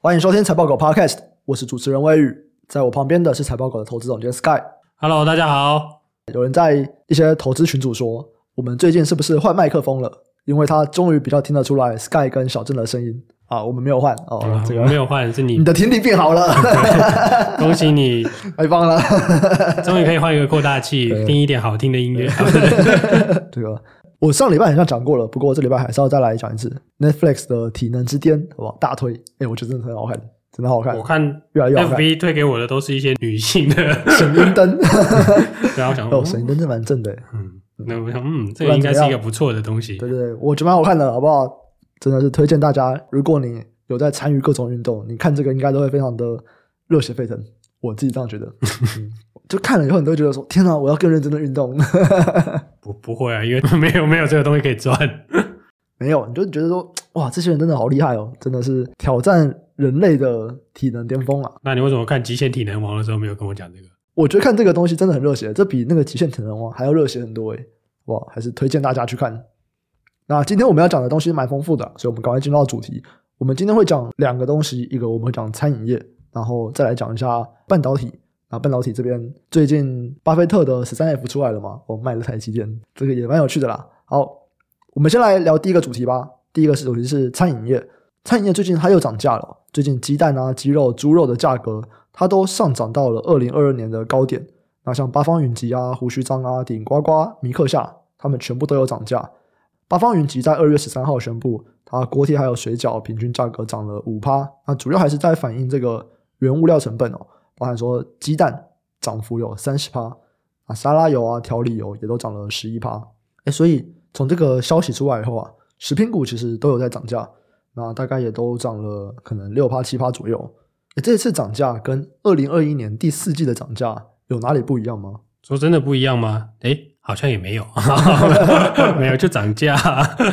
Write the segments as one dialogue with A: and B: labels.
A: 欢迎收听财报狗 Podcast，我是主持人微宇，在我旁边的是财报狗的投资总监 Sky。
B: Hello，大家好。
A: 有人在一些投资群组说，我们最近是不是换麦克风了？因为他终于比较听得出来 Sky 跟小郑的声音啊，我们没有换哦，
B: 啊
A: 这
B: 我没
A: 个
B: 有换，是
A: 你
B: 你。
A: 的听力变好了，
B: 恭喜你，
A: 太棒了。
B: 终于可以换一个扩大器，听一点好听的音乐。
A: 这个我上礼拜好像讲过了，不过这礼拜还是要再来讲一次 Netflix 的《体能之巅》，好不好？大推，哎，我觉得真的很好看，真的好看
B: 我，看
A: 越来越好看。
B: FB 推给我的都是一些女性 的，
A: 神鹰 灯，
B: 然后我想 说，
A: 哦，神鹰灯是蛮正的，
B: 嗯，那我想，嗯，这个应该是一个不错的东西。
A: 对对对，我觉得蛮好看的，好不好？真的是推荐大家，如果你有在参与各种运动，你看这个应该都会非常的热血沸腾。我自己这样觉得，嗯就看了以后你都会觉得说：“天哪，我要更认真的运动。
B: 不，不会啊，因为没有没有这个东西可以赚。”
A: 没有，你就觉得说：“哇，这些人真的好厉害哦，真的是挑战人类的体能巅峰啊
B: 那你为什么看《极限体能王》的时候没有跟我讲这个？！”
A: 我觉得看这个东西真的很热血，这比那个《极限体能王》还要热血很多诶，好不好？还是推荐大家去看。那今天我们要讲的东西蛮丰富的，所以我们赶快进入到主题。我们今天会讲两个东西，一个我们会讲餐饮业，然后再来讲一下半导体。啊，半导体这边最近巴菲特的十三 F 出来了嘛，我、卖了台积电，这个也蛮有趣的啦。好，我们先来聊第一个主题吧。第一个是主题是餐饮业，餐饮业最近它又涨价了，最近鸡蛋啊、鸡肉、猪肉的价格它都上涨到了二零二二年的高点。那像八方云集啊、胡须章啊、顶呱呱、米克夏，他们全部都有涨价。八方云集在二月十三号宣布，它锅贴还有水饺平均价格涨了五趴，那主要还是在反映这个原物料成本哦，包含说鸡蛋涨幅有三十趴，啊沙拉油啊调理油也都涨了十一趴，哎，所以从这个消息出来以后啊，食品股其实都有在涨价，那大概也都涨了可能六趴七趴左右。诶这次涨价跟二零二一年第四季的涨价有哪里不一样吗？
B: 说真的不一样吗？诶，好像也没 有， 没有就涨价。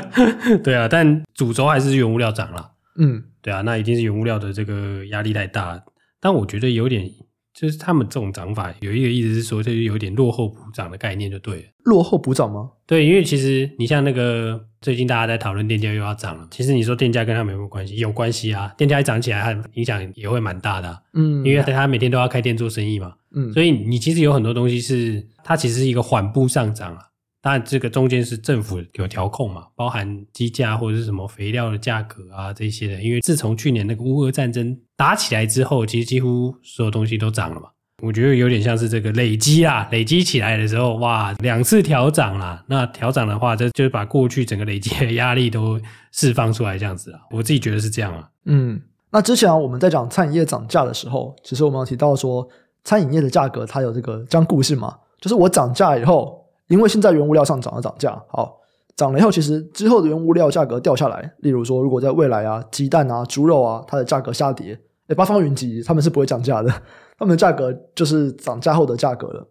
B: 对啊，但主轴还是原物料涨了。
A: 嗯，
B: 对啊，那一定是原物料的这个压力太大。但我觉得有点，就是他们这种涨法有一个意思是说，就是有点落后补涨的概念就对了。
A: 落后补涨吗？
B: 对，因为其实你像那个最近大家在讨论电价又要涨了，其实你说电价跟他们有没有关系？有关系啊，电价一涨起来，它影响也会蛮大的啊、
A: 嗯，
B: 因为他每天都要开店做生意嘛，
A: 嗯，
B: 所以你其实有很多东西是它其实是一个缓步上涨啊。当然，这个中间是政府有调控嘛，包含鸡价或者是什么肥料的价格啊这些的。因为自从去年那个乌俄战争打起来之后，其实几乎所有东西都涨了嘛。我觉得有点像是这个累积啊，累积起来的时候，哇，两次调涨啦。那调涨的话，这就是把过去整个累积的压力都释放出来，这样子啊。我自己觉得是这样啊。
A: 嗯，那之前啊我们在讲餐饮业涨价的时候，其实我们有提到说，餐饮业的价格它有这个将固性嘛，就是我涨价以后，因为现在原物料上涨而涨价，好，涨了以后，其实之后的原物料价格掉下来，例如说，如果在未来啊，鸡蛋啊、猪肉啊，它的价格下跌，诶，八方云集他们是不会涨价的，他们的价格就是涨价后的价格了。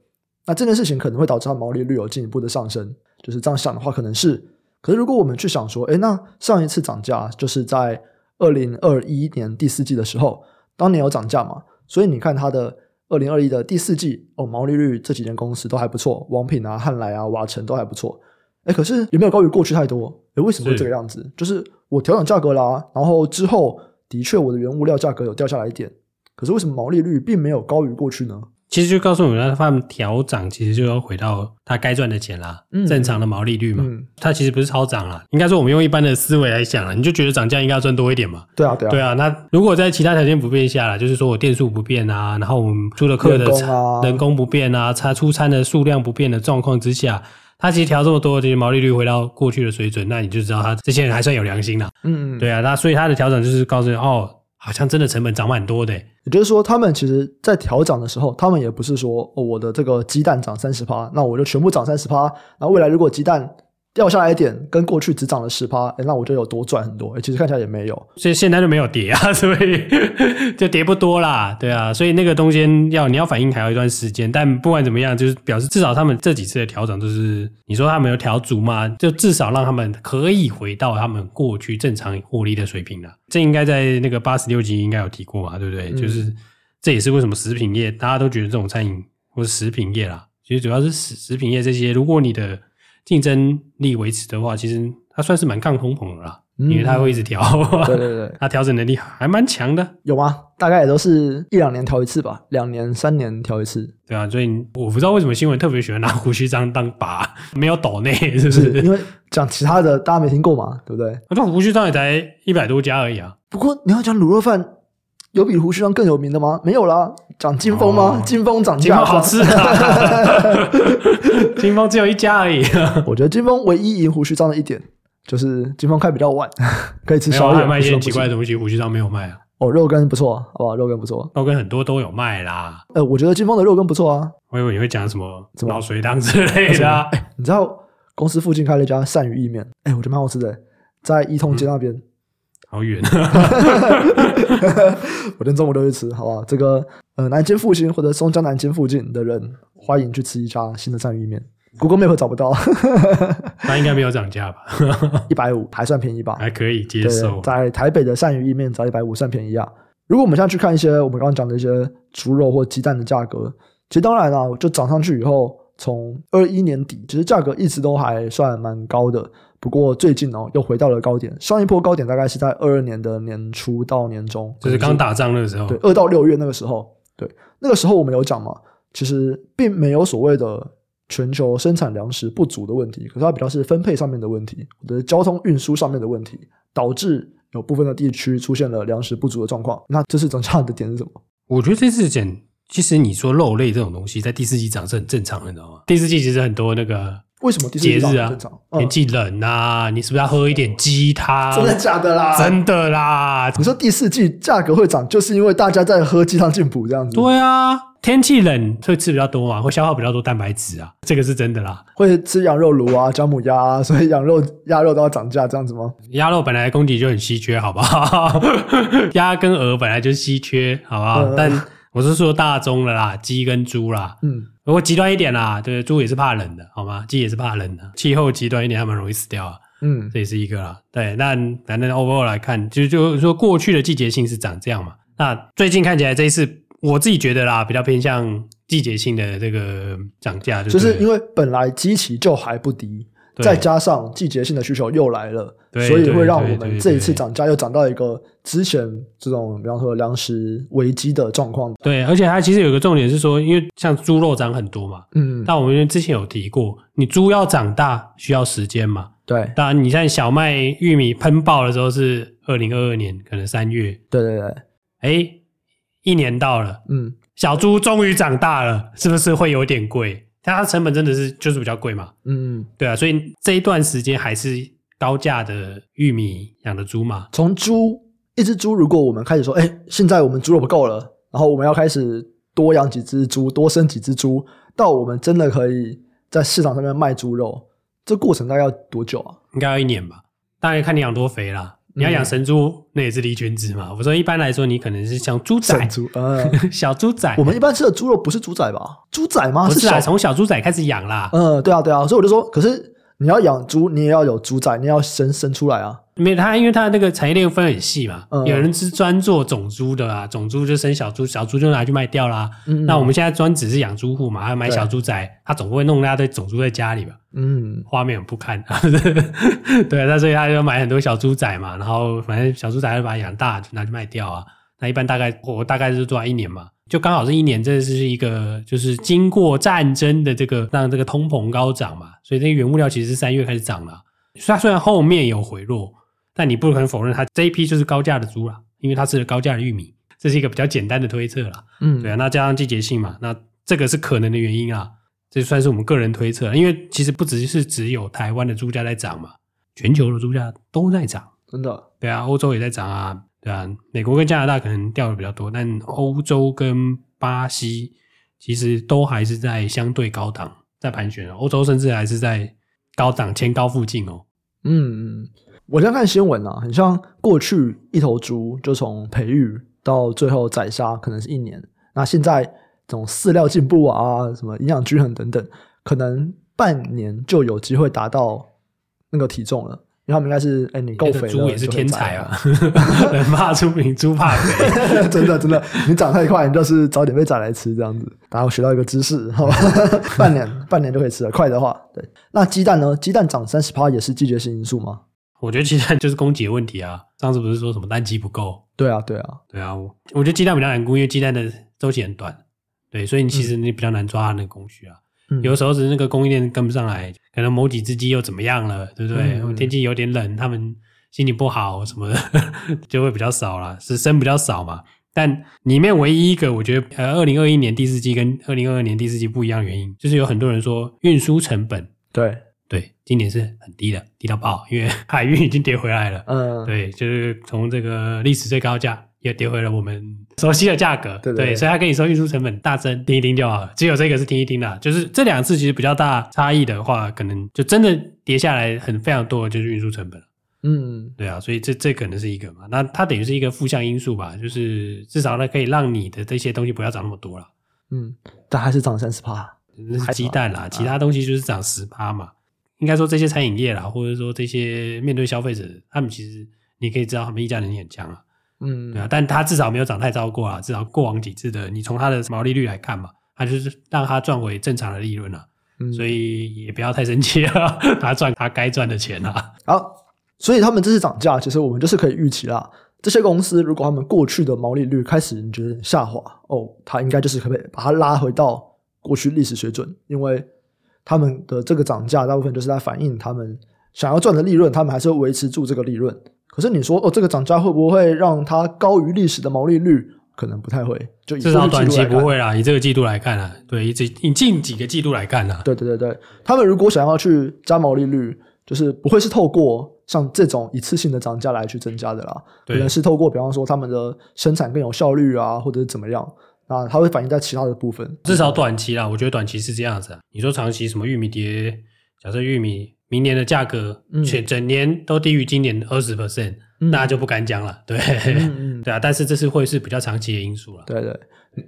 A: 那这件事情可能会导致它毛利率有进一步的上升，就是这样想的话，可能是。可是如果我们去想说，诶，那上一次涨价就是在二零二一年第四季的时候，当年有涨价嘛，所以你看它的二零二一的第四季哦，毛利率这几间公司都还不错，王品啊、汉来啊、瓦城都还不错。诶，可是有没有高于过去太多？诶，为什么会
B: 是
A: 这个样子？就是我调整价格啦，然后之后的确我的原物料价格有掉下来一点，可是为什么毛利率并没有高于过去呢？
B: 其实就告诉我们，他们调涨其实就要回到他该赚的钱啦，
A: 嗯
B: 正常的毛利率嘛。
A: 嗯
B: 它其实不是超涨啦，应该说我们用一般的思维来想啊，你就觉得涨价应该要赚多一点嘛。
A: 对啊，对啊，
B: 对啊，那如果在其他条件不变下啦，就是说我店数不变啊，然后我们出的客的
A: 人工
B: 餐
A: 啊
B: 人工不变啊，差出餐的数量不变的状况之下，它其实调这么多，这些毛利率回到过去的水准，那你就知道它这些人还算有良心啦。
A: 嗯，
B: 对啊，那所以它的调整就是告诉你哦，好像真的成本涨蛮多的欸、
A: 也就是说，他们其实在调涨的时候，他们也不是说、哦、我的这个鸡蛋涨三十趴，那我就全部涨三十趴，然后未来如果鸡蛋掉下来一点，跟过去只涨了十趴，诶那我就有多赚很多。诶其实看起来也没 有，
B: 所以现在就没有跌啊， 所以就跌不多啦，对啊，所以那个东西要你要反应还有一段时间，但不管怎么样，就是表示至少他们这几次的调整，就是你说他们有调足嘛，就至少让他们可以回到他们过去正常获利的水平了。这应该在那个八十六集应该有提过嘛，对不对？
A: 嗯
B: 就是这也是为什么食品业大家都觉得这种餐饮或是食品业啦，其实主要是食食品业这些，如果你的竞争力维持的话，其实它算是蛮抗通膨的啦。
A: 嗯
B: 因为它会一直调，
A: 对对对，
B: 它调整能力还蛮强的，
A: 有吗？大概也都是一两年调一次吧，两年、三年调一次，
B: 对啊，所以我不知道为什么新闻特别喜欢拿胡须章当靶，没有岛内是不
A: 就是
B: 是？
A: 因为讲其他的大家没听过嘛，对不对？
B: 我这胡须章也才一百多家而已啊，
A: 不过你要讲卤肉饭，有比胡须章更有名的吗？没有啦，讲金峰吗？
B: 哦
A: 金峰涨
B: 金
A: 价，
B: 峰好 吃啊，金峰只有一家而已，啊
A: 我觉得金峰唯一赢胡须章的一点就是金峰开比较晚，可以吃
B: 没有
A: 宵
B: 啊
A: 夜，
B: 还卖一
A: 不是
B: 些
A: 不
B: 奇怪
A: 行
B: 的东西，胡须章没有卖啊，
A: 哦，肉羹不错，好不好？肉羹不错，啊
B: 肉跟很多都有卖啦。
A: 呃，我觉得金峰的肉羹不错啊。
B: 我以为你会讲什么
A: 怎么
B: 老水汤之类 的啊，
A: 你知道公司附近开了一家鳝鱼意面，哎，我觉得蛮好吃的，在一通街那边。
B: 好远。啊嗯
A: 我今天中午都去吃，好不好？这个呃，南京附近或者松江南京附近的人，欢迎去吃一家新的鳝鱼意面。Google Map 找不到，
B: 它应该没有涨价吧？
A: 一百五还算便宜吧？
B: 还可以接
A: 对
B: 受，啊
A: 在台北的鳝鱼意面只要一百五算便宜啊。如果我们现在去看一些我们刚刚讲的一些猪肉或鸡蛋的价格，其实当然啦、就涨上去以后，从二一年底，其实价格一直都还算蛮高的。不过最近哦，又回到了高点，上一波高点大概是在二二年的年初到年中，
B: 就是刚打仗那个时候
A: 对，，二到六月那个时候，对，那个时候我们有讲嘛，其实并没有所谓的全球生产粮食不足的问题，可是它比较是分配上面的问题，或者是交通运输上面的问题，导致有部分的地区出现了粮食不足的状况。那这次涨价的点是什么？
B: 我觉得这次减，其实你说肉类这种东西，在第四季涨是很正常的，你知道吗？第四季其实很多那个
A: 为什么第四
B: 节
A: 季
B: 日啊
A: 正常？，嗯
B: 天气冷啊，你是不是要喝一点鸡汤？
A: 真的假的啦？
B: 真的啦，
A: 你说第四季价格会涨，就是因为大家在喝鸡汤进补这样子，
B: 对啊，天气冷会吃比较多嘛，会消耗比较多蛋白质啊，这个是真的啦。
A: 会吃羊肉炉啊、姜母鸭啊，所以羊肉、鸭肉都要涨价这样子吗？
B: 鸭肉本来供给就很稀缺，好不好？ 鸭跟鹅本来就稀缺，好不好？
A: 嗯
B: 但我是说大宗的啦，鸡跟猪啦。
A: 嗯，
B: 如果极端一点啦，对，猪也是怕冷的，好吗？鸡也是怕冷的，气候极端一点，它们容易死掉啊，
A: 嗯，
B: 这也是一个啦。对，那反正 overall 来看，就就是说过去的季节性是长这样嘛。那最近看起来这一次，我自己觉得啦，比较偏向季节性的这个涨价，就
A: 就是因
B: 为
A: 为本来基期就还不低，
B: 对
A: 再加上季节性的需求又来了，
B: 对
A: 所以
B: 对
A: 会让
B: 对
A: 我
B: 对
A: 们这一次
B: 对
A: 涨价又涨到一个之前这种，比方说粮食危机的状况。
B: 对，而且它其实有一个重点是说，因为像猪肉涨很多嘛，
A: 嗯，
B: 但我们之前有提过，你猪要长大需要时间嘛。
A: 对
B: 当然，你像小麦、玉米喷爆的时候是二零二二年，可能三月，
A: 对对对，
B: 哎，一年到了，
A: 嗯，
B: 小猪终于长大了，是不是会有点贵？但它成本真的是就是比较贵嘛，
A: 嗯，
B: 对啊，所以这一段时间还是高价的玉米养的猪嘛，
A: 从猪一只猪，如果我们开始说，哎，现在我们猪肉不够了，然后我们要开始多养几只猪，多生几只猪，到我们真的可以在市场上面卖猪肉，这过程大概要多久啊？
B: 应该要一年吧。当然看你养多肥啦，
A: 嗯
B: 你要养神猪，那也是离群值嘛。我说一般来说，你可能是像猪仔
A: 整、猪，嗯，
B: 小猪仔，
A: 我们一般吃的猪肉不是猪仔吧？猪仔吗？
B: 不是啊
A: 小
B: 啦，从小猪仔开始养啦。
A: 嗯，对啊，对啊，所以我就说，可是你要养猪，你也要有猪仔，你也要生生出来啊。
B: 没有它，因为它那个产业链分很细嘛，
A: 嗯
B: 有人是专做种猪的啊，种猪就生小猪，小猪就拿去卖掉啦。
A: 嗯
B: 那我们现在专只是养猪户嘛，还买
A: 对
B: 小猪仔，他总不会弄一大堆种猪在家里吧？
A: 嗯，
B: 画面很不堪， 对，啊那所以他就买很多小猪仔嘛，然后反正小猪仔就把它养大，就拿去卖掉啊。那一般大概我大概是做到一年嘛，就刚好是一年，这是一个就是经过战争的这个让这个通膨高涨嘛，所以这些原物料其实是三月开始涨了。虽然虽然后面有回落，但你不可能否认它这一批就是高价的猪啦，因为它吃了高价的玉米，这是一个比较简单的推测啦。
A: 嗯，
B: 对啊，那加上季节性嘛，那这个是可能的原因啊，这算是我们个人推测，因为其实不只是只有台湾的猪价在涨嘛，全球的猪价都在涨，
A: 真的，
B: 对啊，欧洲也在涨啊，对啊，美国跟加拿大可能掉的比较多，但欧洲跟巴西其实都还是在相对高档在盘旋哦，欧洲甚至还是在高档前高附近哦，
A: 嗯，嗯我在看新闻啊，很像过去一头猪就从培育到最后宰杀，可能是一年。那现在这种饲料进步啊，什么营养均衡等等，可能半年就有机会达到那个体重了。因为他们应该是，哎，你够
B: 那
A: 肥
B: 个
A: 了，
B: 猪也是
A: 就会
B: 天
A: 宰
B: 才
A: 了
B: 啊， 人怕出名，猪怕肥。
A: 真的真的，你长太快，你就是早点被宰来吃这样子。然后学到一个知识，好 吧，半年半年就可以吃了，快的话，对。那鸡蛋呢？鸡蛋涨三十趴也是季节性因素吗？
B: 我觉得鸡蛋就是供给的问题啊。上次不是说什么单机不够？
A: 对啊，对啊，
B: 对啊，我我觉得鸡蛋比较难估，因为鸡蛋的周期很短，对，所以你其实你比较难抓它那个供需啊。
A: 嗯，
B: 有时候只是那个供应链跟不上来，可能某几只鸡又怎么样了，对不对？
A: 嗯嗯
B: 天气有点冷，他们心情不好什么的， 就会比较少啦，是生比较少嘛。但里面唯一一个，我觉得呃，二零二一年第四季跟二零二二年第四季不一样的原因，就是有很多人说运输成本
A: 对，
B: 对今年是很低的，低到爆，因为海运已经跌回来了。
A: 嗯，
B: 对，就是从这个历史最高价又跌回了我们熟悉的价格。
A: 对对对
B: 所以他跟你说运输成本大增，听一听就好了。只有这个是听一听的，啊就是这两次其实比较大差异的话，可能就真的跌下来很非常多，就是运输成本。
A: 嗯，
B: 对啊，所以这这可能是一个嘛，那它等于是一个负向因素吧，就是至少它可以让你的这些东西不要涨那么多了。
A: 嗯，但还是涨三十趴。
B: 那是鸡蛋
A: 啊
B: 啦，其他东西就是涨十趴嘛。应该说这些餐饮业啦，或者说这些面对消费者，他们其实你可以知道他们议价能力很强啊。
A: 嗯，
B: 对啊，但它至少没有涨太超过啊，至少过往几次的，你从它的毛利率来看嘛，它就是让它赚回正常的利润了、啊
A: 嗯，
B: 所以也不要太生气啊， 它赚它该赚的钱啊。
A: 好，所以他们这次涨价，其实我们就是可以预期啦。这些公司如果他们过去的毛利率开始你觉得下滑，哦，它应该就是可不可以把它拉回到过去历史水准，因为他们的这个涨价大部分就是在反映他们想要赚的利润，他们还是会维持住这个利润。可是你说哦，这个涨价会不会让它高于历史的毛利率？可能不太会，就以
B: 至少
A: 过去
B: 短
A: 记录
B: 期
A: 来看
B: 不会啦，以这个季度来看啊，对，以这以近几个季度来看啊，
A: 对对对对，他们如果想要去加毛利率，就是不会是透过像这种一次性的涨价来去增加的啦，可
B: 对
A: 能是透过比方说他们的生产更有效率啊，或者是怎么样，那它会反映在其他的部分。
B: 至少短期啦，我觉得短期是这样子、啊。你说长期什么玉米跌，假设玉米明年的价格
A: 嗯
B: 全整年都低于今年二十 percent，
A: 嗯
B: 那就不敢讲了，对。
A: 嗯嗯，
B: 对啊，但是这是会是比较长期的因素了。
A: 对对。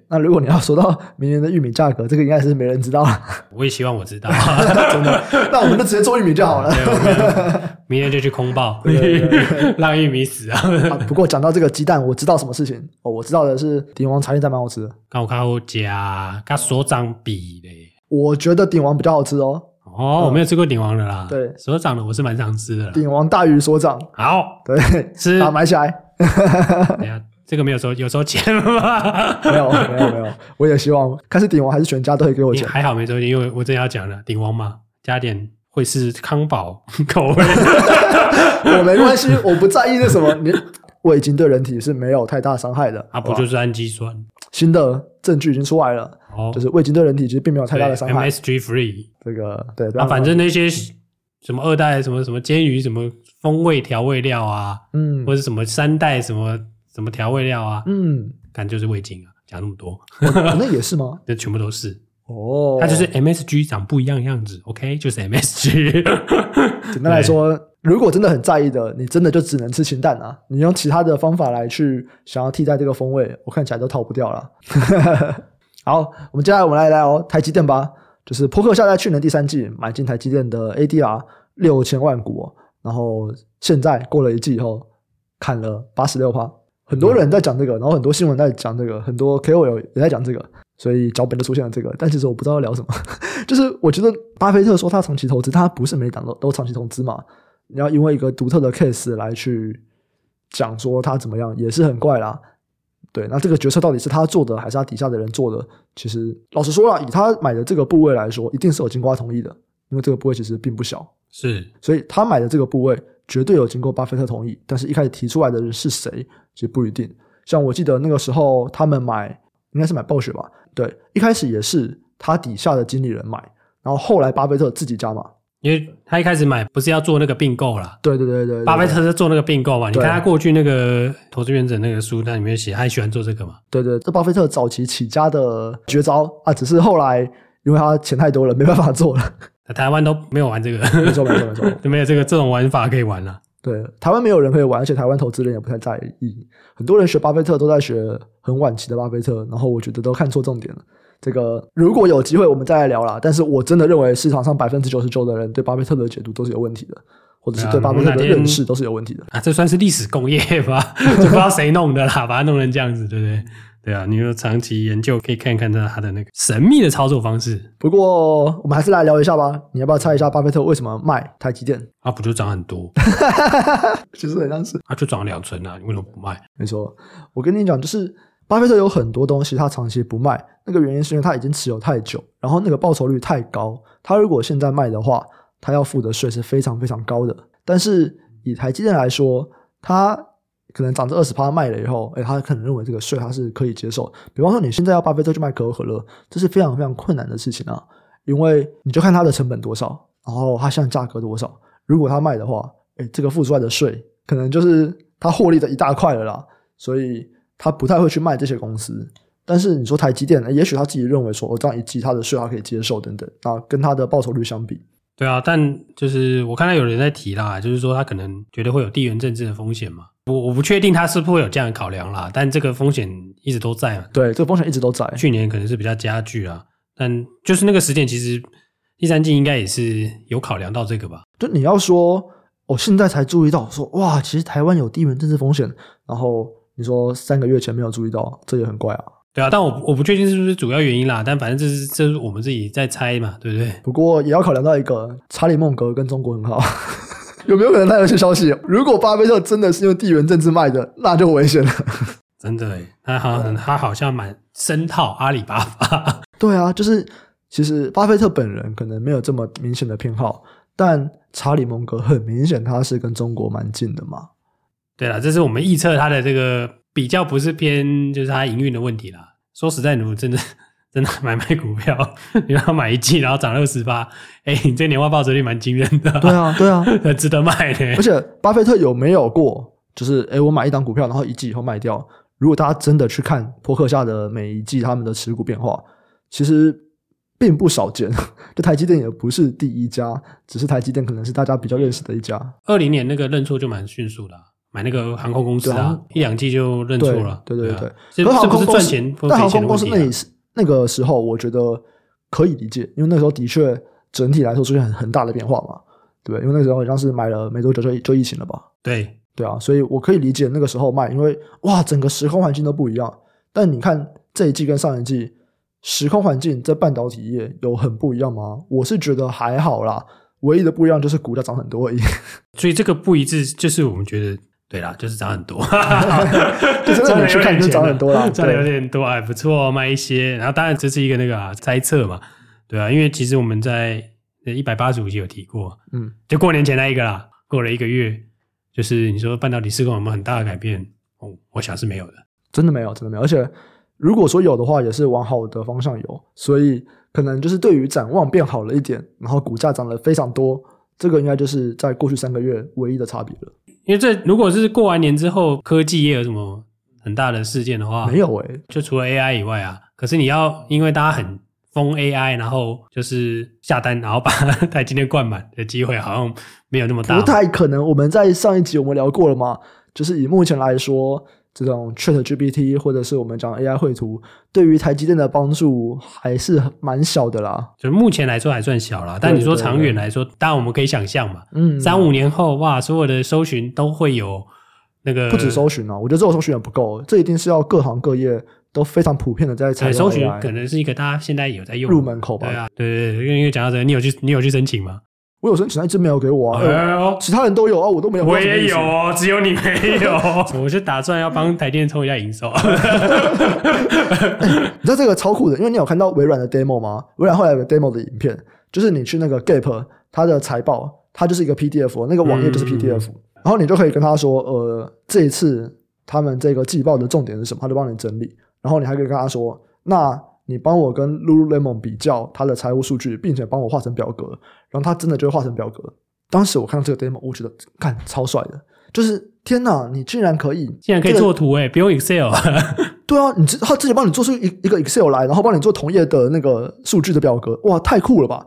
A: 那如果你要说到明年的玉米价格，这个应该是没人知道了，
B: 我也希望我知 道，啊
A: 真的。那我们就直接做玉米就好了。
B: 对我们明天就去空 爆
A: 对对对，
B: 让玉米死啊！
A: 啊不过讲到这个鸡蛋，我知道什么事情哦，我知道的是鼎王茶叶蛋蛮好吃的，
B: 跟我看我家啊跟所长比嘞。
A: 我觉得鼎王比较好吃哦，
B: 哦，我没有吃过鼎王的啦，
A: 对
B: 所长的我是蛮常吃的啦。
A: 鼎王大于所长，
B: 好，
A: 对，
B: 吃
A: 把它买起来。
B: 等一下这个没有收，有收钱吗？
A: 没有没有没有，我也希望看是鼎王还是全家都会给我
B: 你
A: 钱。
B: 还好没收钱，因为我正要讲了，鼎王嘛，加点会是康宝 口 味。
A: 我没关系，我不在意那什么，你我已经对人体是没有太大伤害的
B: 啊，不
A: 好
B: 就
A: 吧
B: 是氨基酸？
A: 新的证据已经出来了，
B: 哦，
A: 就是味精对人体其实并没有太大的伤害。
B: MSG free。
A: 这个对，不
B: 啊，
A: 要
B: 反正那些什么二代什么什么煎鱼什么风味调味料啊，
A: 嗯
B: 或者什么三代什么什么调味料啊，
A: 嗯，
B: 感觉就是味精啊。讲那么多，
A: 哦那也是 吗？
B: 这全部都是，
A: 哦，
B: 它就是 MSG 长不一样样子，OK，就是 MSG。
A: 简单 来说。如果真的很在意的，你真的就只能吃清淡啊！你用其他的方法来去想要替代这个风味，我看起来都逃不掉了。 好，我们接下来我们来聊台积电吧。就是扑克下在去年第三季买进台积电的 ADR 六千万股哦，然后现在过了一季以后砍了八十六趴，很多人在讲这个，然后很多新闻在讲这个，很多 KOL 也在讲这个，所以脚本就出现了这个。但其实我不知道要聊什么， 就是我觉得巴菲特说他长期投资，他不是每一档都都长期投资嘛，你要因为一个独特的 case 来去讲说他怎么样，也是很怪啦。对，那这个决策到底是他做的，还是他底下的人做的？其实老实说了，以他买的这个部位来说，一定是有经过他同意的，因为这个部位其实并不小，
B: 是
A: 所以他买的这个部位绝对有经过巴菲特同意。但是一开始提出来的人是谁，其实不一定。像我记得那个时候，他们买应该是买暴雪吧？对，一开始也是他底下的经理人买，然后后来巴菲特自己加码。
B: 因为他一开始买不是要做那个并购啦，
A: 对对对对对，
B: 巴菲特是做那个并购嘛，你
A: 对
B: 看他过去那个投资原则那个书，那里面写他喜欢做这个嘛，
A: 对对，这巴菲特早期起家的绝招啊，只是后来因为他钱太多了，没办法做了。
B: 那台湾都没有玩这个，
A: 没错没错没错，
B: 就没有这个这种玩法可以玩了。
A: 对，台湾没有人可以玩，而且台湾投资人也不太在意。很多人学巴菲特都在学很晚期的巴菲特，然后我觉得都看错重点了。这个如果有机会我们再来聊啦，但是我真的认为市场上百分之九十九的人对巴菲特的解读都是有问题的，或者
B: 啊
A: 是对巴菲特的认识都是有问题的。
B: 啊，这算是历史工业吧？就不知道谁弄的啦，把它弄成这样子，对不对？对啊，你说长期研究可以看看到它的那个神秘的操作方式
A: 不过我们还是来聊一下吧，你要不要猜一下巴菲特为什么卖台积电？
B: 啊，不就涨很多，
A: 其实很像是
B: 啊，就涨两成啊，你为什么不卖？
A: 没错，我跟你讲，就是巴菲特有很多东西他长期不卖，那个原因是因为他已经持有太久，然后那个报酬率太高，他如果现在卖的话，他要付的税是非常非常高的。但是以台积电来说，他可能涨至二十趴卖了以后，哎，他可能认为这个税他是可以接受。比方说你现在要巴菲特去卖可口可乐，这是非常非常困难的事情啊，因为你就看它的成本多少，然后它现在价格多少，如果他卖的话，哎，这个付出来的税可能就是他获利的一大块了啦，所以他不太会去卖这些公司。但是你说台积电，诶也许他自己认为说，我、哦、这样一季他的税他可以接受等等，啊，跟他的报酬率相比，
B: 对啊，但就是我看到有人在提啦，就是说他可能觉得会有地缘政治的风险嘛，我我不确定他是不是会有这样的考量啦，但这个风险一直都在嘛，
A: 对，这个风险一直都在。
B: 去年可能是比较加剧啦，但就是那个时点其实第三季应该也是有考量到这个吧，
A: 就你要说，我、现在才注意到，说哇，其实台湾有地缘政治风险，然后你说三个月前没有注意到，这也很怪啊。
B: 对啊，但我我不确定是不是主要原因啦，但反正这是这是我们自己在猜嘛，对不对？
A: 不过也要考量到一个，查理孟格跟中国很好， 有没有可能他有些消息？如果巴菲特真的是用地缘政治卖的，那就危险了。
B: 真
A: 欸
B: 的耶，嗯他好像
A: 啊
B: 他好像蛮深套阿里巴 巴，
A: 对啊，就是其实巴菲特本人可能没有这么明显的偏好，但查理蒙格很明显他是跟中国蛮近的嘛。
B: 对啦，这是我们预测它的这个比较不是偏就是它营运的问题啦。说实在，如果真的真的买卖股票，你要买一季然后涨六十八，哎，你这年化报酬率蛮惊人的，
A: 对，啊，对啊，
B: 很值得卖的。
A: 而且巴菲特有没有过，就是诶，我买一档股票，然后一季以后卖掉？如果大家真的去看扑克下的每一季他们的持股变化，其实并不少见。 就台积电也不是第一家，只是台积电可能是大家比较认识的一家。
B: 二零年那个认错就蛮迅速的啊、买那个航空公司
A: 对
B: 啊
A: 啊，
B: 一两季就认错
A: 对
B: 了，
A: 对对
B: 啊
A: 对。
B: 这
A: 可是
B: 这
A: 航
B: 不
A: 空
B: 是
A: 公
B: 赚
A: 司
B: 钱不是
A: 但
B: 赔
A: 航
B: 钱的
A: 空公
B: 问
A: 司
B: 题
A: 那
B: 啊
A: 里。是那个时候，我觉得可以理解，因为那时候的确整体来说出现很很大的变化嘛，对不对？因为那时候好像是买了没多久就就疫情了吧，
B: 对，
A: 对啊，所以我可以理解那个时候卖，因为哇，整个时空环境都不一样。但你看这一季跟上一季，时空环境在半导体业有很不一样吗？我是觉得还好啦，唯一的不一样就是股价涨很多而已，
B: 所以这个不一致，就是我们觉得对啦，就是涨很 多，
A: 就 真的
B: 有
A: 你去看就涨很多啦
B: 赚的有
A: 对
B: 点多，哎，不错，卖一些。然后当然这是一个那个啊猜测嘛，对啊，因为其实我们在呃一百八十五集有提过，
A: 嗯，
B: 就过年前那一个啦，过了一个月，就是你说半导体施工有没有很大的改变？哦，我想是没有的。
A: 真的没有，真的没有。而且如果说有的话，也是往好的方向有，所以可能就是对于展望变好了一点，然后股价涨了非常多，这个应该就是在过去三个月唯一的差别了。
B: 因为这如果是过完年之后，科技业有什么很大的事件的话，
A: 没有欸诶、
B: 就除了 AI 以外啊，可是你要因为大家很疯 AI，然后就是下单，然后把 台积电灌满的机会好像没有那么大
A: 不。太可能。我们在上一集我们聊过了嘛，就是以目前来说，这种 Chat GPT 或者是我们讲 AI 绘图，对于台积电的帮助还是蛮小的啦。
B: 就目前来说还算小啦，但你说
A: 对对
B: 长远来说，当然我们可以想象嘛，
A: 嗯，
B: 三五年后哇，所有的搜寻都会有那个
A: 不止搜寻啊，我觉得这种搜寻也不够，这一定是要各行各业都非常普遍的在采
B: 对
A: 用
B: 哎搜寻，可
A: AI
B: 能是一个大家现在有在用
A: 入门口吧。
B: 对啊，对对对，因为讲到这个，你有去你有去申请吗？
A: 我有申请，但一直没有给我啊。
B: 哎
A: 哎
B: 呦
A: 其他人都有啊，我都没有。
B: 我
A: 知道什么
B: 也
A: 意思
B: 有，哦，只有你没有。 我是打算要帮台电冲一下营收。
A: 你知道这个超酷的，因为你有看到微软的 demo 吗？微软后来有个 demo 的影片，就是你去那个 Gap 它的财报，它就是一个 PDF，哦那个网页就是
B: 嗯
A: PDF，、然后你就可以跟他说，呃，这一次他们这个季报的重点是什么，他就帮你整理，然后你还可以跟他说，那你帮我跟 Lululemon 比较它的财务数据，并且帮我画成表格，然后他真的就会画成表格。当时我看到这个 demo，我觉得看超帅的，就是天哪，你竟然可以，
B: 竟然可以做图哎、不用 Excel
A: 对啊，你自他自己帮你做出一一个 Excel 来，然后帮你做同业的那个数据的表格，哇，太酷了吧！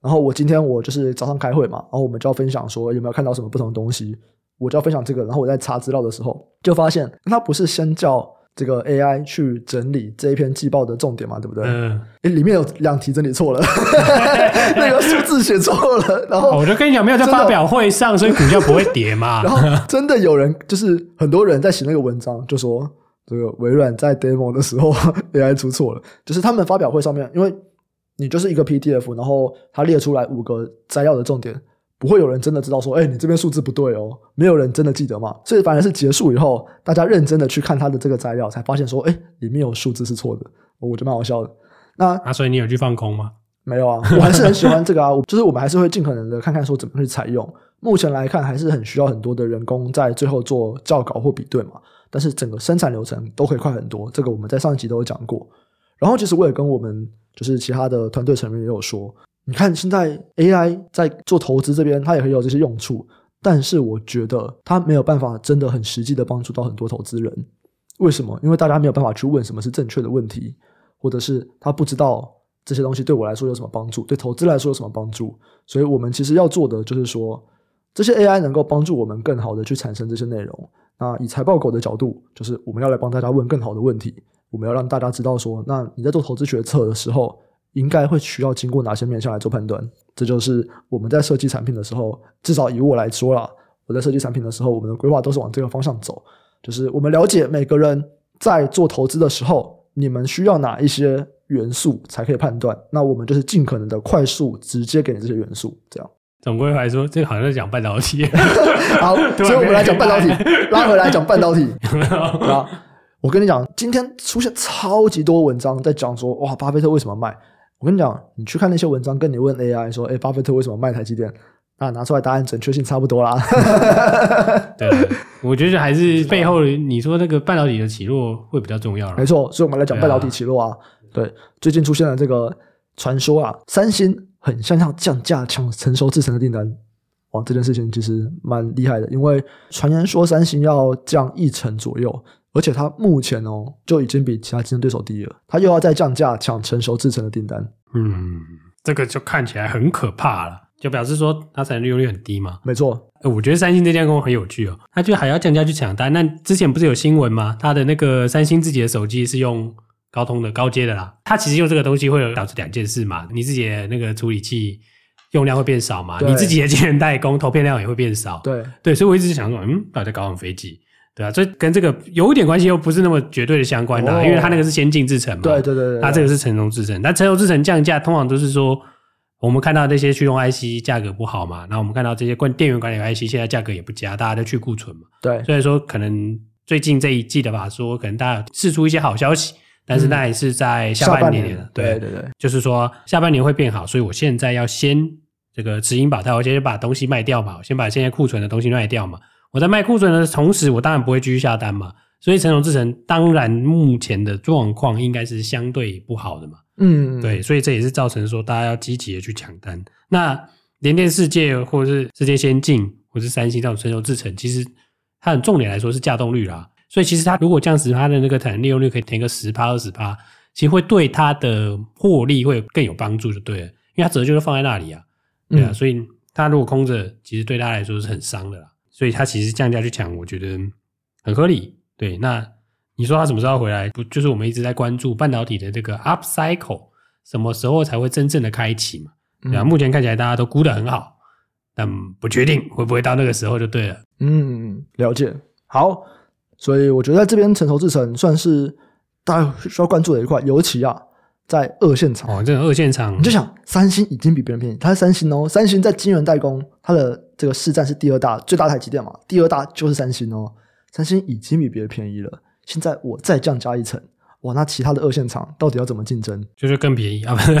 A: 然后我今天我就是早上开会嘛，然后我们就要分享说有没有看到什么不同的东西，我就要分享这个。然后我在查资料的时候就发现，他不是先叫这个 AI 去整理这一篇季报的重点嘛，对不对？诶
B: 嗯，
A: 里面有两题整理错了， 那个数字写错了，然后
B: 哦我就跟你讲，没有在发表 会上，所以股价不会跌嘛
A: 然。后真的有人就是很多人在写那个文章，就说这个微软在 demo 的时候 AI 出错了，就是他们发表会上面，因为你就是一个 PDF，然后它列出来五个摘要的重点，不会有人真的知道说，哎、你这边数字不对哦，没有人真的记得嘛。所以反而是结束以后，大家认真的去看它的这个摘要，才发现说，哎、里面有数字是错的，哦我觉得蛮好笑的。那
B: 啊，所以你有去放空吗？
A: 没有啊，我还是很喜欢这个啊，我就是我们还是会尽可能的看看说怎么去采用。目前来看，还是很需要很多的人工在最后做校稿或比对嘛，但是整个生产流程都可以快很多，这个我们在上一集都有讲过。然后其实我也跟我们就是其他的团队成员也有说，你看现在 AI 在做投资这边，它也很有这些用处，但是我觉得它没有办法真的很实际的帮助到很多投资人。为什么？因为大家没有办法去问什么是正确的问题，或者是他不知道这些东西对我来说有什么帮助，对投资来说有什么帮助。所以我们其实要做的就是说，这些 AI 能够帮助我们更好的去产生这些内容。那以财报狗的角度，就是我们要来帮大家问更好的问题，我们要让大家知道说，那你在做投资决策的时候，应该会需要经过哪些面向来做判断。这就是我们在设计产品的时候，至少以我来说啦，我在设计产品的时候，我们的规划都是往这个方向走。就是我们了解每个人在做投资的时候，你们需要哪一些元素才可以判断。那我们就是尽可能的快速直接给你这些元素，这样。
B: 总归来说，这个好像在讲半导体。
A: 好，
B: 突然
A: 所以我们来讲半导体
B: 变 黑，
A: 拉回来讲半导体。啊，我跟你讲，今天出现超级多文章在讲说，哇，巴菲特为什么卖？我跟你讲，你去看那些文章，跟你问 AI 说，哎、巴菲特为什么卖台积电？那拿出来答案准确性差不多啦。
B: 对，啊我觉得还是背后你说那个半导体的起落会比较重要
A: 没
B: 了。
A: 错，所以我们来讲半导体
B: 对啊
A: 起落啊。对，最近出现了这个传说啊，三星很像要降价抢成熟制程的订单。哇，这件事情其实蛮厉害的，因为传言说三星要降一成左右，而且它目前哦就已经比其他竞争对手低了，它又要再降价抢成熟制程的订单。
B: 嗯，这个就看起来很可怕了，就表示说它产能利用率很低嘛。
A: 没错，
B: 呃我觉得三星这家公司很有趣哦，它就还要降价去抢单。那之前不是有新闻吗？它的那个三星自己的手机是用高通的高阶的啦，它其实用这个东西会有导致两件事嘛，你自己的那个处理器用量会变少嘛，
A: 对
B: 你自己的晶圆代工投片量也会变少。
A: 对，
B: 对，所以我一直想说，嗯，到底在搞什么飞机？对啊，这跟这个有一点关系，又不是那么绝对的相关的啊、
A: 哦
B: 因为它那个是先进制程嘛。
A: 对对对对，
B: 它这个是成熟制程，那成熟制程降价通常都是说，我们看到这些驱动 IC 价格不好嘛，然后我们看到这些关电源管理 IC 现在价格也不佳，大家都去库存嘛，
A: 对
B: 所以说可能最近这一季的法说，可能大家试出一些好消息，但是那也是在嗯下半年了
A: 对对对，
B: 就是说下半年会变好，所以我现在要先这个止盈把它，我先把东西卖掉嘛，我先把现在库存的东西卖掉嘛。我在卖库存的同时，我当然不会继续下单嘛。所以成熟制成当然目前的状况应该是相对不好的嘛，
A: 嗯，
B: 对，所以这也是造成说大家要积极的去抢单。那联电世界或者是世界先进或是三星这种成熟制程，其实它很重点来说是稼动率啦。所以其实它如果降十趴的那个产能利用率可以填个十趴二十趴，其实会对它的获利会更有帮助，就对了，因为它折旧就放在那里啊，对啊，
A: 嗯
B: 所以它如果空着，其实对它来说是很伤的啦。所以它其实降价去抢，我觉得很合理。对，那你说它什么时候回来？不就是我们一直在关注半导体的这个 up cycle 什么时候才会真正的开启嘛？对啊，
A: 嗯
B: 目前看起来大家都估得很好，但不确定会不会到那个时候就对了。
A: 嗯，了解。好，所以我觉得在这边成熟制程算是大家需要关注的一块，尤其啊，在二线厂，
B: 哦，这个二线厂
A: 你就想三星已经比别人便宜，它是三星哦，三星在晶圆代工，它的这个市占是第二大，最大台积电嘛，第二大就是三星哦，三星已经比别人便宜了，现在我再降价一层，哇，那其他的二线厂到底要怎么竞争？
B: 就是更便宜啊，不是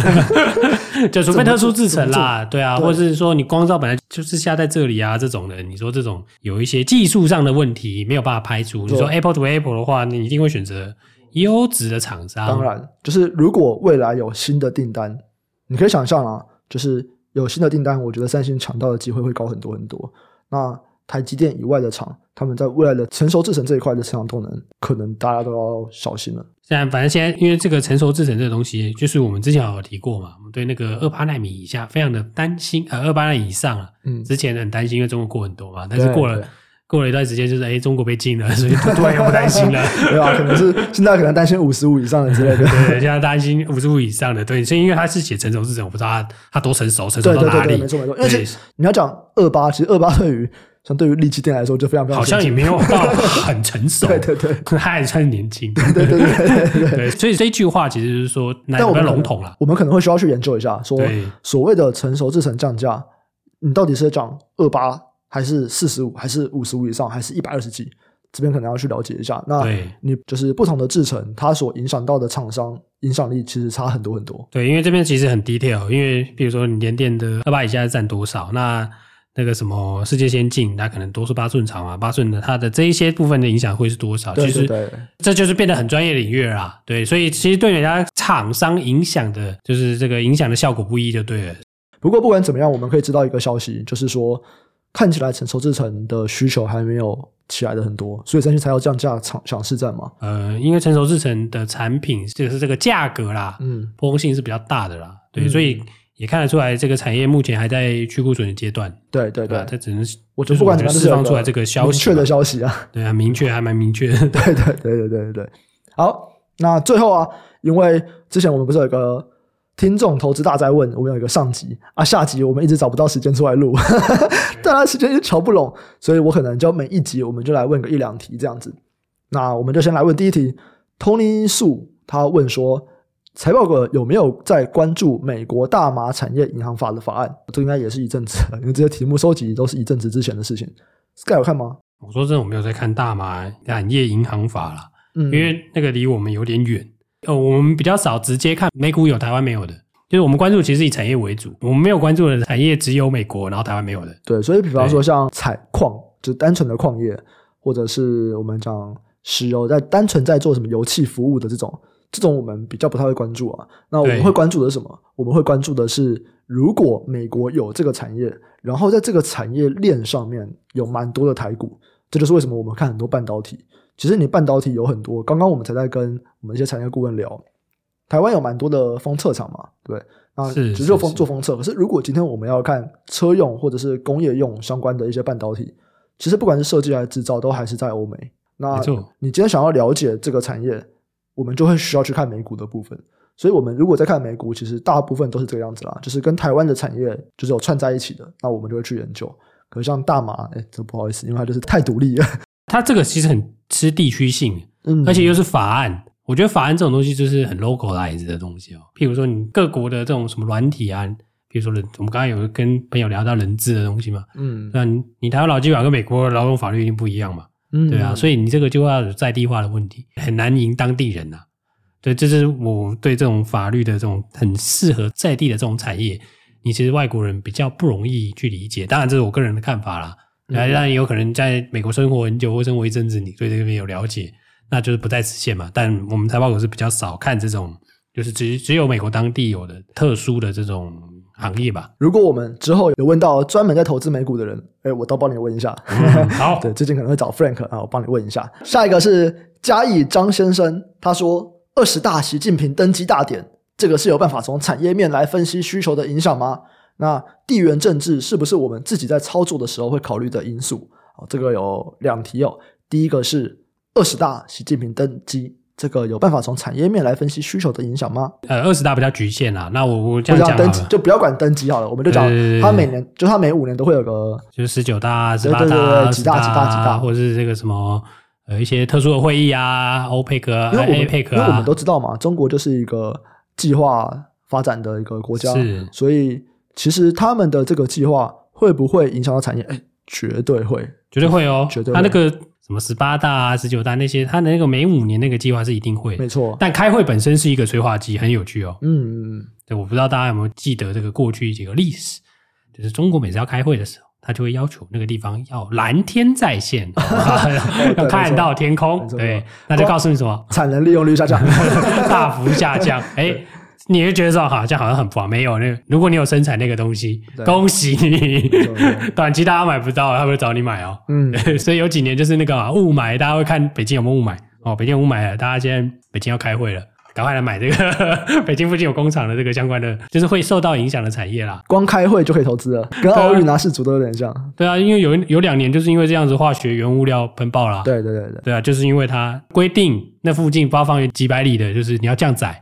B: 就除非特殊制成啦，对啊，
A: 对
B: 或者是说你光照本来就是下在这里啊，这种的，你说这种有一些技术上的问题没有办法排除，
A: 对
B: 你说 Apple to Apple 的话，你一定会选择优质的厂商，
A: 当然，就是如果未来有新的订单，你可以想象啊，就是有新的订单，我觉得三星抢到的机会会高很多很多。那台积电以外的厂，他们在未来的成熟制程这一块的成长动能，可能大家都要小心了。
B: 现在反正现在因为这个成熟制程这个东西，就是我们之前有提过嘛，我们对那个二八纳米以下非常的担心，呃，二八纳米以上啊，
A: 嗯，
B: 之前很担心，因为中国过很多嘛，但是过了
A: 对
B: 过了一段时间，就是哎，中国被禁了，所以突然又不 担心了。
A: 对啊，可能是现在可能担心五十五以上的之类的。
B: 对，现在担心五十五以上的，对，所以因为他是写成熟制程，我不知道他他多成熟，成熟
A: 对
B: 到
A: 对
B: 哪
A: 对
B: 里
A: 对，没。错没错。因为
B: 对
A: 其实你要讲二八，其实二八对于相对于利基电来说就非常非常
B: 好像也
A: 先进
B: 没有到很成熟，
A: 对对对
B: 他还算年轻。
A: 对对对对对对。
B: 对，所以这句话其实就是说，那
A: 但
B: 比
A: 我
B: 较
A: 们可
B: 笼
A: 能
B: 统了。
A: 我们可能会需要去研究一下，说
B: 啊对
A: 所谓的成熟制成降价，你到底是在讲二八还是四十五，还是五十五以上，还是一百二十几？这边可能要去了解一下。那
B: 对
A: 你就是不同的制成，它所影响到的厂商影响力其实差很多很多。
B: 对，因为这边其实很 detail，因为比如说你联电的二八以下占多少，那那个什么世界先进，它可能都是八寸长嘛，八寸的它的这一些部分的影响会是多少？
A: 对对
B: 其实
A: 对，
B: 这就是变得很专业领域了啦。对，所以其实对人家厂商影响的，就是这个影响的效果不一就对了。
A: 不过不管怎么样，我们可以知道一个消息，就是说看起来成熟制成的需求还没有起来的很多，所以三星才要降价抢抢市占嘛。
B: 呃，因为成熟制成的产品就是这个价格啦，
A: 嗯，
B: 波动性是比较大的啦。对，
A: 嗯
B: 所以也看得出来，这个产业目前还在去库存的阶段。
A: 对对
B: 对吧啊
A: 对，
B: 这只能是
A: 我
B: 就
A: 就是不管怎么样，
B: 释放出来这个消息嘛，
A: 确的消息啊。
B: 对啊，明确还蛮明确 的。对
A: 对对对对对对对。好，那最后啊，因为之前我们不是有一个听众投资大在问，我们有一个上集啊，下集我们一直找不到时间出来录， 大家时间就瞧不拢，所以我可能就每一集我们就来问个一两题这样子。那我们就先来问第一题，Tony Su 他问说。财报哥有没有在关注美国大麻产业银行法的法案？这应该也是一阵子了，因为这些题目收集都是一阵子之前的事情。Sky 有看吗？
B: 我说真的，我没有在看大麻产业银行法啦，
A: 嗯，
B: 因为那个离我们有点远。呃，我们比较少直接看美股有台湾没有的，就是我们关注其实以产业为主，我们没有关注的产业只有美国，然后台湾没有的。
A: 对，所以比方说像采矿，就单纯的矿业，或者是我们讲石油，在单纯在做什么油气服务的这种，这种我们比较不太会关注啊。那我
B: 对
A: 们会关注的是什么？我们会关注的是，如果美国有这个产业，然后在这个产业链上面有蛮多的台股，这就是为什么我们看很多半导体。其实你半导体有很多，刚刚我们才在跟我们一些产业顾问聊，台湾有蛮多的封测厂嘛，对不对，那
B: 是
A: 只是做
B: 是
A: 封
B: 是
A: 做封测。可是如果今天我们要看车用或者是工业用相关的一些半导体，其实不管是设计还是制造，都还是在欧美。那
B: 没错
A: 你今天想要了解这个产业，我们就会需要去看美股的部分。所以，我们如果在看美股，其实大部分都是这个样子啦，就是跟台湾的产业就是有串在一起的，那我们就会去研究。可是像大麻，哎，这不好意思，因为它就是太独立了，
B: 它这个其实很吃地区性，
A: 嗯，
B: 而且又是法案。我觉得法案这种东西就是很 localize 的东西哦，譬如说你各国的这种什么软体啊，比如说人，我们刚刚有跟朋友聊到人资的东西嘛，
A: 嗯
B: 那你你台湾劳基法跟美国劳动法律一定不一样嘛，
A: 嗯，
B: 对啊，所以你这个就要有在地化的问题，很难赢当地人呐、啊对，这是我对这种法律的这种很适合在地的这种产业，你其实外国人比较不容易去理解。当然，这是我个人的看法啦。
A: 嗯
B: 对啊，当然也有可能在美国生活很久或生活一阵子，你对这边有了解，那就是不在此限嘛。但我们财报狗是比较少看这种，就是只只有美国当地有的特殊的这种行 业吧。
A: 如果我们之后有问到专门在投资美股的人，哎，我倒帮你问一下。
B: 嗯好
A: 对，最近可能会找 Frank 啊，我帮你问一下。下一个是嘉义张先生，他说二十大习近平登基大典，这个是有办法从产业面来分析需求的影响吗？那地缘政治是不是我们自己在操作的时候会考虑的因素？哦，这个有两题哦。第一个是二十大习近平登基，这个有办法从产业面来分析需求的影响吗？
B: 呃，二十大比较局限啦。那我我这
A: 不
B: 样
A: 讲
B: 讲
A: 登
B: 好
A: 基，
B: 了，
A: 就不要管登基好了，我们就讲
B: 对对对对
A: 他每年，就他每五年都会有个
B: 就是十九大、啊十
A: 对
B: 八
A: 对对
B: 大、
A: 对
B: 20
A: 几大几大几大
B: 或者是这个什么呃一些特殊的会议啊，OPEC 啊、
A: 因为我们、
B: APEC
A: 因为我们
B: 啊，
A: 都知道嘛，中国就是一个计划发展的一个国家，
B: 是
A: 所以其实他们的这个计划会不会影响到产业？哎，绝对会。
B: 绝对会哦
A: 绝。对会
B: 他那个什么十八大啊、十九大那些，他那个每五年那个计划是一定会
A: 没
B: 的。
A: 错，
B: 但开会本身是一个催化剂，很有趣哦。
A: 嗯，嗯
B: 对，我不知道大家有没有记得这个过去几个历史，就是中国每次要开会的时候，他就会要求那个地方要蓝天在线， 要看到天空
A: 没。错没
B: 对
A: 错，
B: 那就告诉你什么，
A: 产能利用率下降，
B: 大幅下降，哎、你会觉得说好像好像很不好，没有那个如果你有生产那个东西，
A: 对
B: 恭喜你
A: 错没，
B: 短期大家买不到，他们会找你买哦。
A: 嗯，
B: 所以有几年就是那个、啊、雾霾，大家会看北京有没有雾霾哦，北京有雾霾了，大家现在北京要开会了。赶快来买这个 北京附近有工厂的这个相关的，就是会受到影响的产业啦。
A: 光开会就可以投资了，跟
B: 啊
A: 奥运拿世足都有点像。
B: 对啊，因为有有两年就是因为这样子化学原物料喷爆啦。
A: 对对对对，
B: 对啊，就是因为它规定那附近发放有几百里的，就是你要降载，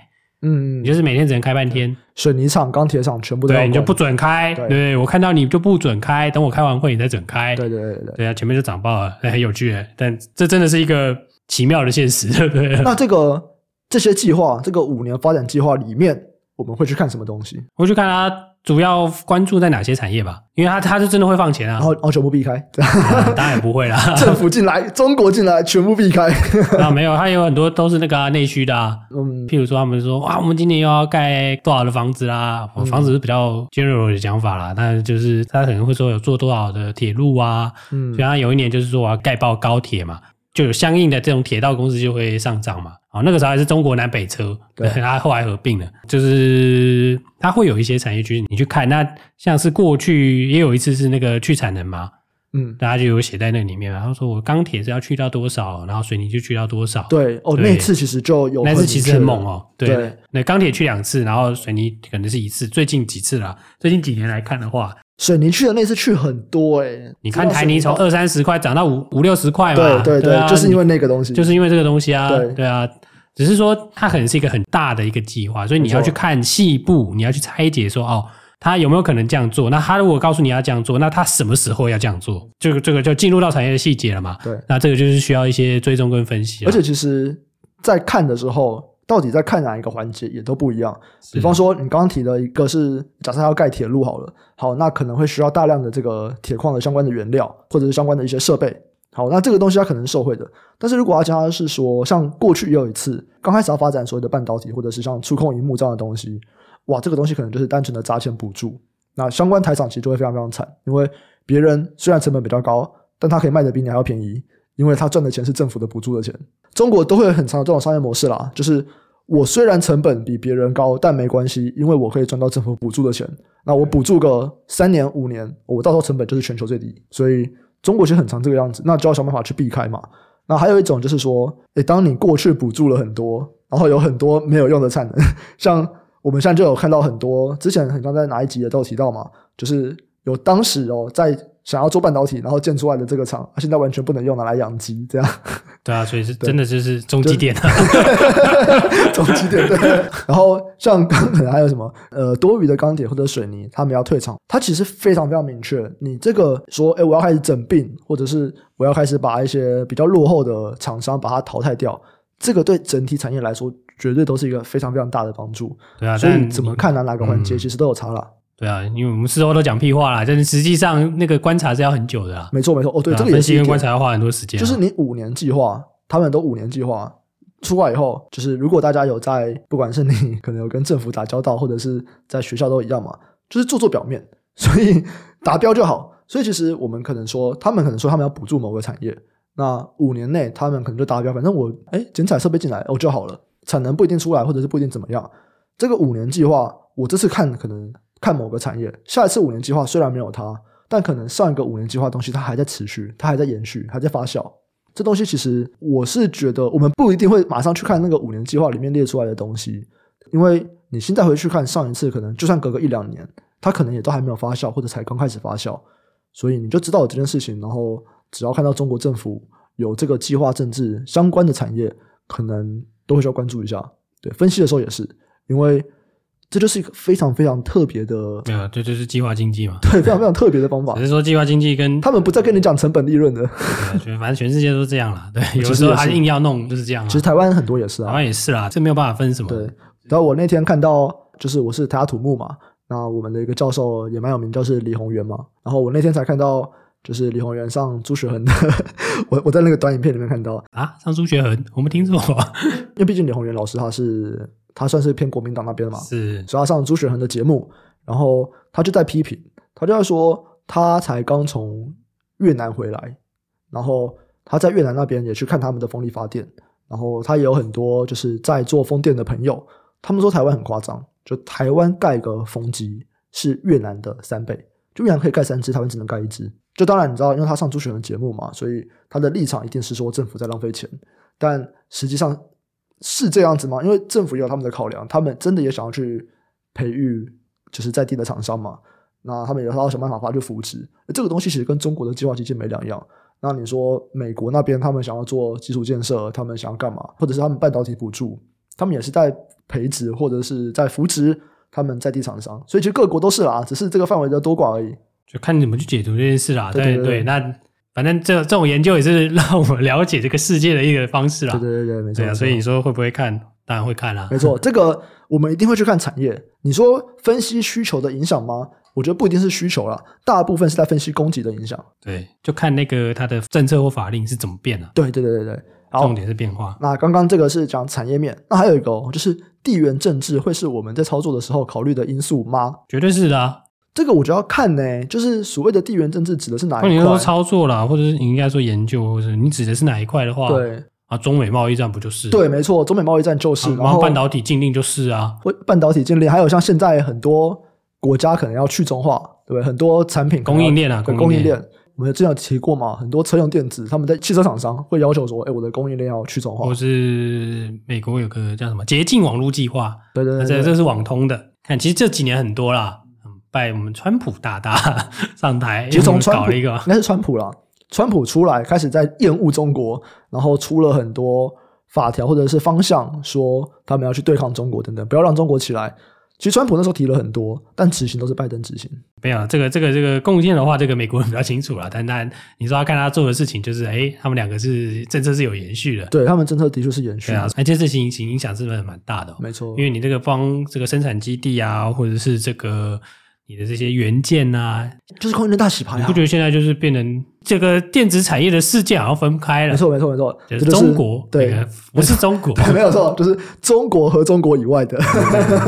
A: 嗯
B: 你，就是每天只能开半天，
A: 水泥厂、钢铁厂全部都要
B: 对，你就
A: 关
B: 不准开，
A: 对
B: 对我看到你就不准开，等我开完会你再准开，
A: 对对对对对。
B: 对啊，前面就涨爆了， 很有趣，但这真的是一个奇妙的现实， 对不对？
A: 那这个这些计划，这个五年发展计划里面，我们会去看什么东西？
B: 我去看他主要关注在哪些产业吧，因为他他是真的会放钱啊
A: 然，后，然后全部避 开，
B: 啊当然不会啦，
A: 政府进来，中国进来，全部避开。
B: 啊没有，他有很多都是那个啊内需的啊。
A: 嗯，
B: 譬如说，他们说哇，我们今年又要盖多少的房子啦？
A: 嗯
B: 我房子是比较 general 的讲法啦，那就是他可能会说有做多少的铁路啊，
A: 嗯
B: 所以他有一年就是说我要盖爆高铁嘛，就有相应的这种铁道公司就会上涨嘛。啊，那个时候还是中国南北车，
A: 对
B: 它后来合并了，就是它会有一些产业区你去看。那像是过去也有一次是那个去产能嘛，
A: 嗯，
B: 大家就有写在那个里面嘛，然后说我钢铁是要去掉多少，然后水泥就去掉多少，
A: 对，哦，
B: 对
A: 那次其实就有，
B: 那次其实很猛。哦，对，
A: 对
B: 那钢铁去两次，然后水泥可能是一次，最近几次啦，最近几年来看的话，
A: 水泥去的那次去很多哎、
B: 你看台泥从二三十块涨到五五六十块嘛，
A: 对对
B: 对啊，
A: 就是因为
B: 你
A: 那个东西，
B: 就是因为这个东西啊，
A: 对
B: 对啊，只是说它可能是一个很大的一个计划，所以你要
A: 没错
B: 去看细部，你要去拆解说哦。他有没有可能这样做？那他如果告诉你要这样做，那他什么时候要这样做？这个这个就进入到产业的细节了嘛？
A: 对。
B: 那这个就是需要一些追踪跟分析啊。
A: 而且其实，在看的时候，到底在看哪一个环节也都不一样。
B: 是
A: 比方说，你刚刚提的一个是，假设它要盖铁路好了，好，那可能会需要大量的这个铁矿的相关的原料，或者是相关的一些设备。好，那这个东西它可能是受惠的。但是如果要加的是说，像过去也有一次，刚开始要发展所谓的半导体，或者是像触控荧幕这样的东西，哇，这个东西可能就是单纯的砸钱补助。那相关台厂其实就会非常非常惨，因为别人虽然成本比较高，但他可以卖的比你还要便宜，因为他赚的钱是政府的补助的钱。中国都会很常有这种商业模式啦，就是我虽然成本比别人高，但没关系，因为我可以赚到政府补助的钱。那我补助个三年五年，我到时候成本就是全球最低。所以中国其实很常这个样子，那就要想办法去避开嘛。那还有一种就是说，诶，当你过去补助了很多，然后有很多没有用的产能， 像我们现在就有看到很多，之前很像在哪一集也都有提到嘛，就是有当时哦在想要做半导体，然后建出来的这个厂，啊现在完全不能用，拿来养鸡这样。
B: 对啊，所以是真的就是中继电啊，
A: 总几点 对。然后像刚可能还有什么呃多余的钢铁或者水泥，他们要退场，它其实非常非常明确。你这个说，哎，我要开始整并，或者是我要开始把一些比较落后的厂商把它淘汰掉，这个对整体产业来说，绝对都是一个非常非常大的帮助。
B: 对啊，
A: 所以
B: 但
A: 怎么看呢、哪个环节
B: 嗯
A: 其实都有差啦。
B: 对啊，因为我们事后都讲屁话啦，但是实际上那个观察是要很久的啦。
A: 没错没错，哦对，
B: 啊
A: 这个也
B: 分
A: 是
B: 析
A: 一
B: 跟
A: 点
B: 观察要花很多时间啊、
A: 就是你五年计划，他们都五年计划出来以后，就是如果大家有在，不管是你可能有跟政府打交道，或者是在学校都一样嘛， 就是做做表面， 所以达标就好。所以其实我们可能说，他们可能说他们要补助某个产业，那五年内他们可能就达标，反正我哎剪彩设备进来哦就好了，产能不一定出来，或者是不一定怎么样。这个五年计划，我这次看可能看某个产业，下一次五年计划虽然没有它，但可能上一个五年计划的东西它还在持续，它还在延续，还在发酵。这东西其实我是觉得，我们不一定会马上去看那个五年计划里面列出来的东西，因为你现在回去看上一次，可能就算隔个一两年，它可能也都还没有发酵，或者才刚开始发酵，所以你就知道有这件事情。然后只要看到中国政府有这个计划政治相关的产业，可能都会需要关注一下。对，分析的时候也是，因为这就是一个非常非常特别的，
B: 没有，这就是计划经济嘛。
A: 对，非常非常特别的方法
B: 只。是说计划经济跟
A: 他们不再跟你讲成本利润的，
B: 对 就反正全世界都这样啦。对，有
A: 其
B: 的
A: 实
B: 时
A: 也
B: 候还
A: 是
B: 硬要弄就是这样啊。
A: 其实台湾很多也是啊，
B: 台湾啊也是啦，这没有办法分什么。
A: 对，然后我那天看到，就是我是台大土木嘛，那我们的一个教授也蛮有名，就是李宏源嘛。然后我那天才看到，就是李宏源上朱雪恒的， 我我在那个短影片里面看到，
B: 啊，上朱学恒，我没听错啊，
A: 因为毕竟李宏源老师他是他算是偏国民党那边的嘛，
B: 是
A: 所以他上朱雪恒的节目，然后他就在批评，他就在说他才刚从越南回来，然后他在越南那边也去看他们的风力发电，然后他也有很多就是在做风电的朋友，他们说台湾很夸张，就台湾盖个风机是越南的三倍，就越南可以盖三只，台湾只能盖一只。就当然你知道，因为他上朱雪恒的节目嘛，所以他的立场一定是说政府在浪费钱，但实际上是这样子吗？因为政府也有他们的考量，他们真的也想要去培育就是在地的厂商嘛，那他们也要想办法去扶持。这个东西其实跟中国的计划基金没两样。那你说美国那边他们想要做基础建设，他们想要干嘛？或者是他们半导体补助，他们也是在培植或者是在扶植他们在地厂商，所以其实各国都是啦，只是这个范围的多寡而已。
B: 就看你怎么去解读这件事啦。
A: 对
B: 对
A: 对对
B: 那反正这这种研究也是让我们了解这个世界的一个方式啦。
A: 对对对对，没错。
B: 对啊，
A: 没错哎
B: 所以你说会不会看？当然会看 啦、
A: 没错，这个我们一定会去看产业。你说分析需求的影响吗？我觉得不一定是需求啦，大部分是在分析供给的影响。
B: 对，就看那个它的政策或法令是怎么变了、
A: 对对对对对。好
B: 重，点是变化。
A: 那刚刚这个是讲产业面，那还有一个、哦、就是地缘政治会是我们在操作的时候考虑的因素吗？
B: 绝对是的、啊。
A: 这个我就要看呢、就是所谓的地缘政治指的是哪
B: 或哦你
A: 一
B: 说
A: 块？
B: 操作啦，或者是你应该说研究，或者是你指的是哪一块的话，
A: 对
B: 啊，中美贸易战不就是？
A: 对，没错，中美贸易战就
B: 啊，
A: 是，
B: 然
A: 然
B: 后
A: 后
B: 半导体禁令就是啊，
A: 会半导体建立，还有像现在很多国家可能要去中化，对不对？很多产品可能要
B: 供应链啊
A: 对
B: 供
A: 供
B: 应
A: 应
B: 链
A: 链。我们之前有提过嘛，很多车用电子，他们在汽车厂商会要求说，哎，我的供应链要去中化
B: 或。是美国有个叫什么捷径网络计划，
A: 对对
B: 那
A: 对
B: 这
A: 对
B: 这是网通的。看，其实这几年很多啦，嗯，拜我们川普大大 上台，
A: 其实从
B: 因为我们
A: 川
B: 搞
A: 普
B: 了一
A: 应
B: 个
A: 该是川普啦，川普出来开始在厌恶中国，然后出了很多法条或者是方向，说他们要去对抗中国等等，不要让中国起来。其实川普那时候提了很多，但执行都是拜登执行。
B: 没有这个这个这个贡献的话，这个美国人比较清楚啦。但但你说他看他做的事情，就是哎，他们两个是政策是有延续的，
A: 对他们政策的确是延续
B: 对，啊，哎，这事情影影响是不是蛮大的哦、
A: 没错
B: 因。为你这个帮这个生产基地啊，或者是这个你的这些元件啊，
A: 就是供应链大洗牌
B: 你
A: 啊
B: 不觉，得现在就是变成这个电子产业的世界好像分开了
A: 没？错没错没错，这
B: 哎就是
A: 就是
B: 中国
A: 对
B: 那个嗯不是中 国，
A: 对，没有错，就是中国和中国以外的，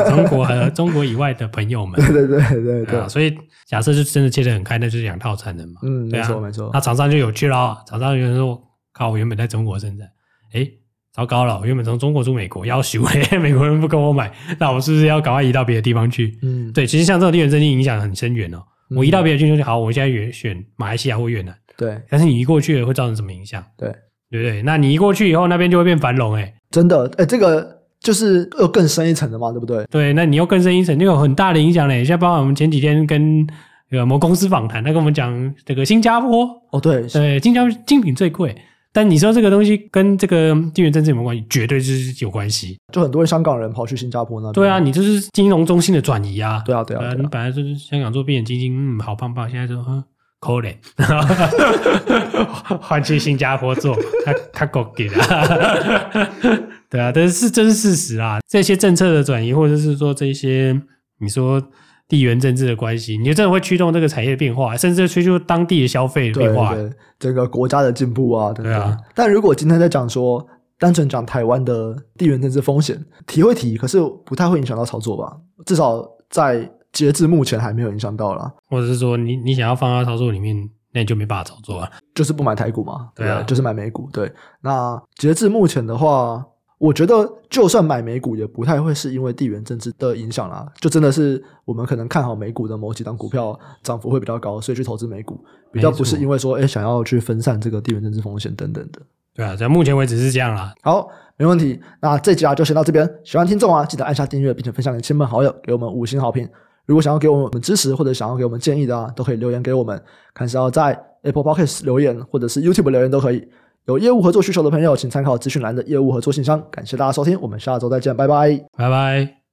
B: 中国和中国以外的朋友们
A: 对 对对对
B: 对
A: 对
B: 啊，，所以假设就真的切得很开，那就是两套产能嘛。
A: 嗯，
B: 对
A: 没
B: 啊
A: 错没错
B: 那，厂商就有趣了，厂商有人说：“靠，我原本在中国生产，哎，糟糕了，我原本从中国出美国，要求 哎，美国人不跟我买，那我是不是要赶快移到别的地方去？”
A: 嗯，
B: 对，其实像这种地缘政治影响很深远哦。我移到别的地方去，好，我现在选选马来西亚或越南，
A: 对
B: 但是你移过去了会造成什么影响？
A: 对，
B: 对不对？那你移过去以后，那边就会变繁荣，哎，
A: 真的，哎，这个就是又更深一层的嘛，对不对？
B: 对，那你又更深一层，就有很大的影响嘞。像包括我们前几天跟呃某公司访谈，他跟我们讲这个新加坡，
A: 哦，对，
B: 对，新加坡精品最贵。但你说这个东西跟这个地缘政治有没有关系？绝对就是有关系。
A: 就很多人香港人跑去新加坡那边，
B: 对啊，，你就是金融中心的转移啊。
A: 对啊，对啊，
B: 呃
A: 对
B: 你
A: 啊，
B: 本来就是香港做闭眼基金，嗯，好棒棒。现在就嗯，抠脸， 换去新加坡做，他他够给的。 对啊，但是这是事实啊。这些政策的转移，或者是说这些你说地缘政治的关系，你就真的会驱动这个产业的变化，甚至驱动当地的消费的
A: 对
B: 变化。
A: 对，整个国家的进步啊，等
B: 对啊
A: 等。但如果今天在讲说。单纯讲台湾的地缘政治风险，提会提，可是不太会影响到炒作吧？至少在截至目前还没有影响到啦。
B: 或者是说你你想要放到操作里面，那你就没办法操作啊。
A: 就是不买台股嘛，对
B: 对啊
A: 不对就是买美股。对，那截至目前的话，我觉得就算买美股，也不太会是因为地缘政治的影响啦，就真的是我们可能看好美股的某几档股票涨幅会比较高，所以去投资美股，比较不是因为说哎想要去分散这个地缘政治风险等等的。
B: 对啊，在目前为止是这样啦。
A: 好，没问题。那这集啊就先到这边。喜欢听众啊，记得按下订阅，并且分享给亲朋好友，给我们五星好评。如果想要给我们支持或者想要给我们建议的啊，都可以留言给我们，看是要在 Apple Podcast 留言或者是 YouTube 留言都可以。有业务合作需求的朋友，请参考资讯栏的业务合作信箱。感谢大家收听，我们下周再见，拜拜。
B: 拜拜。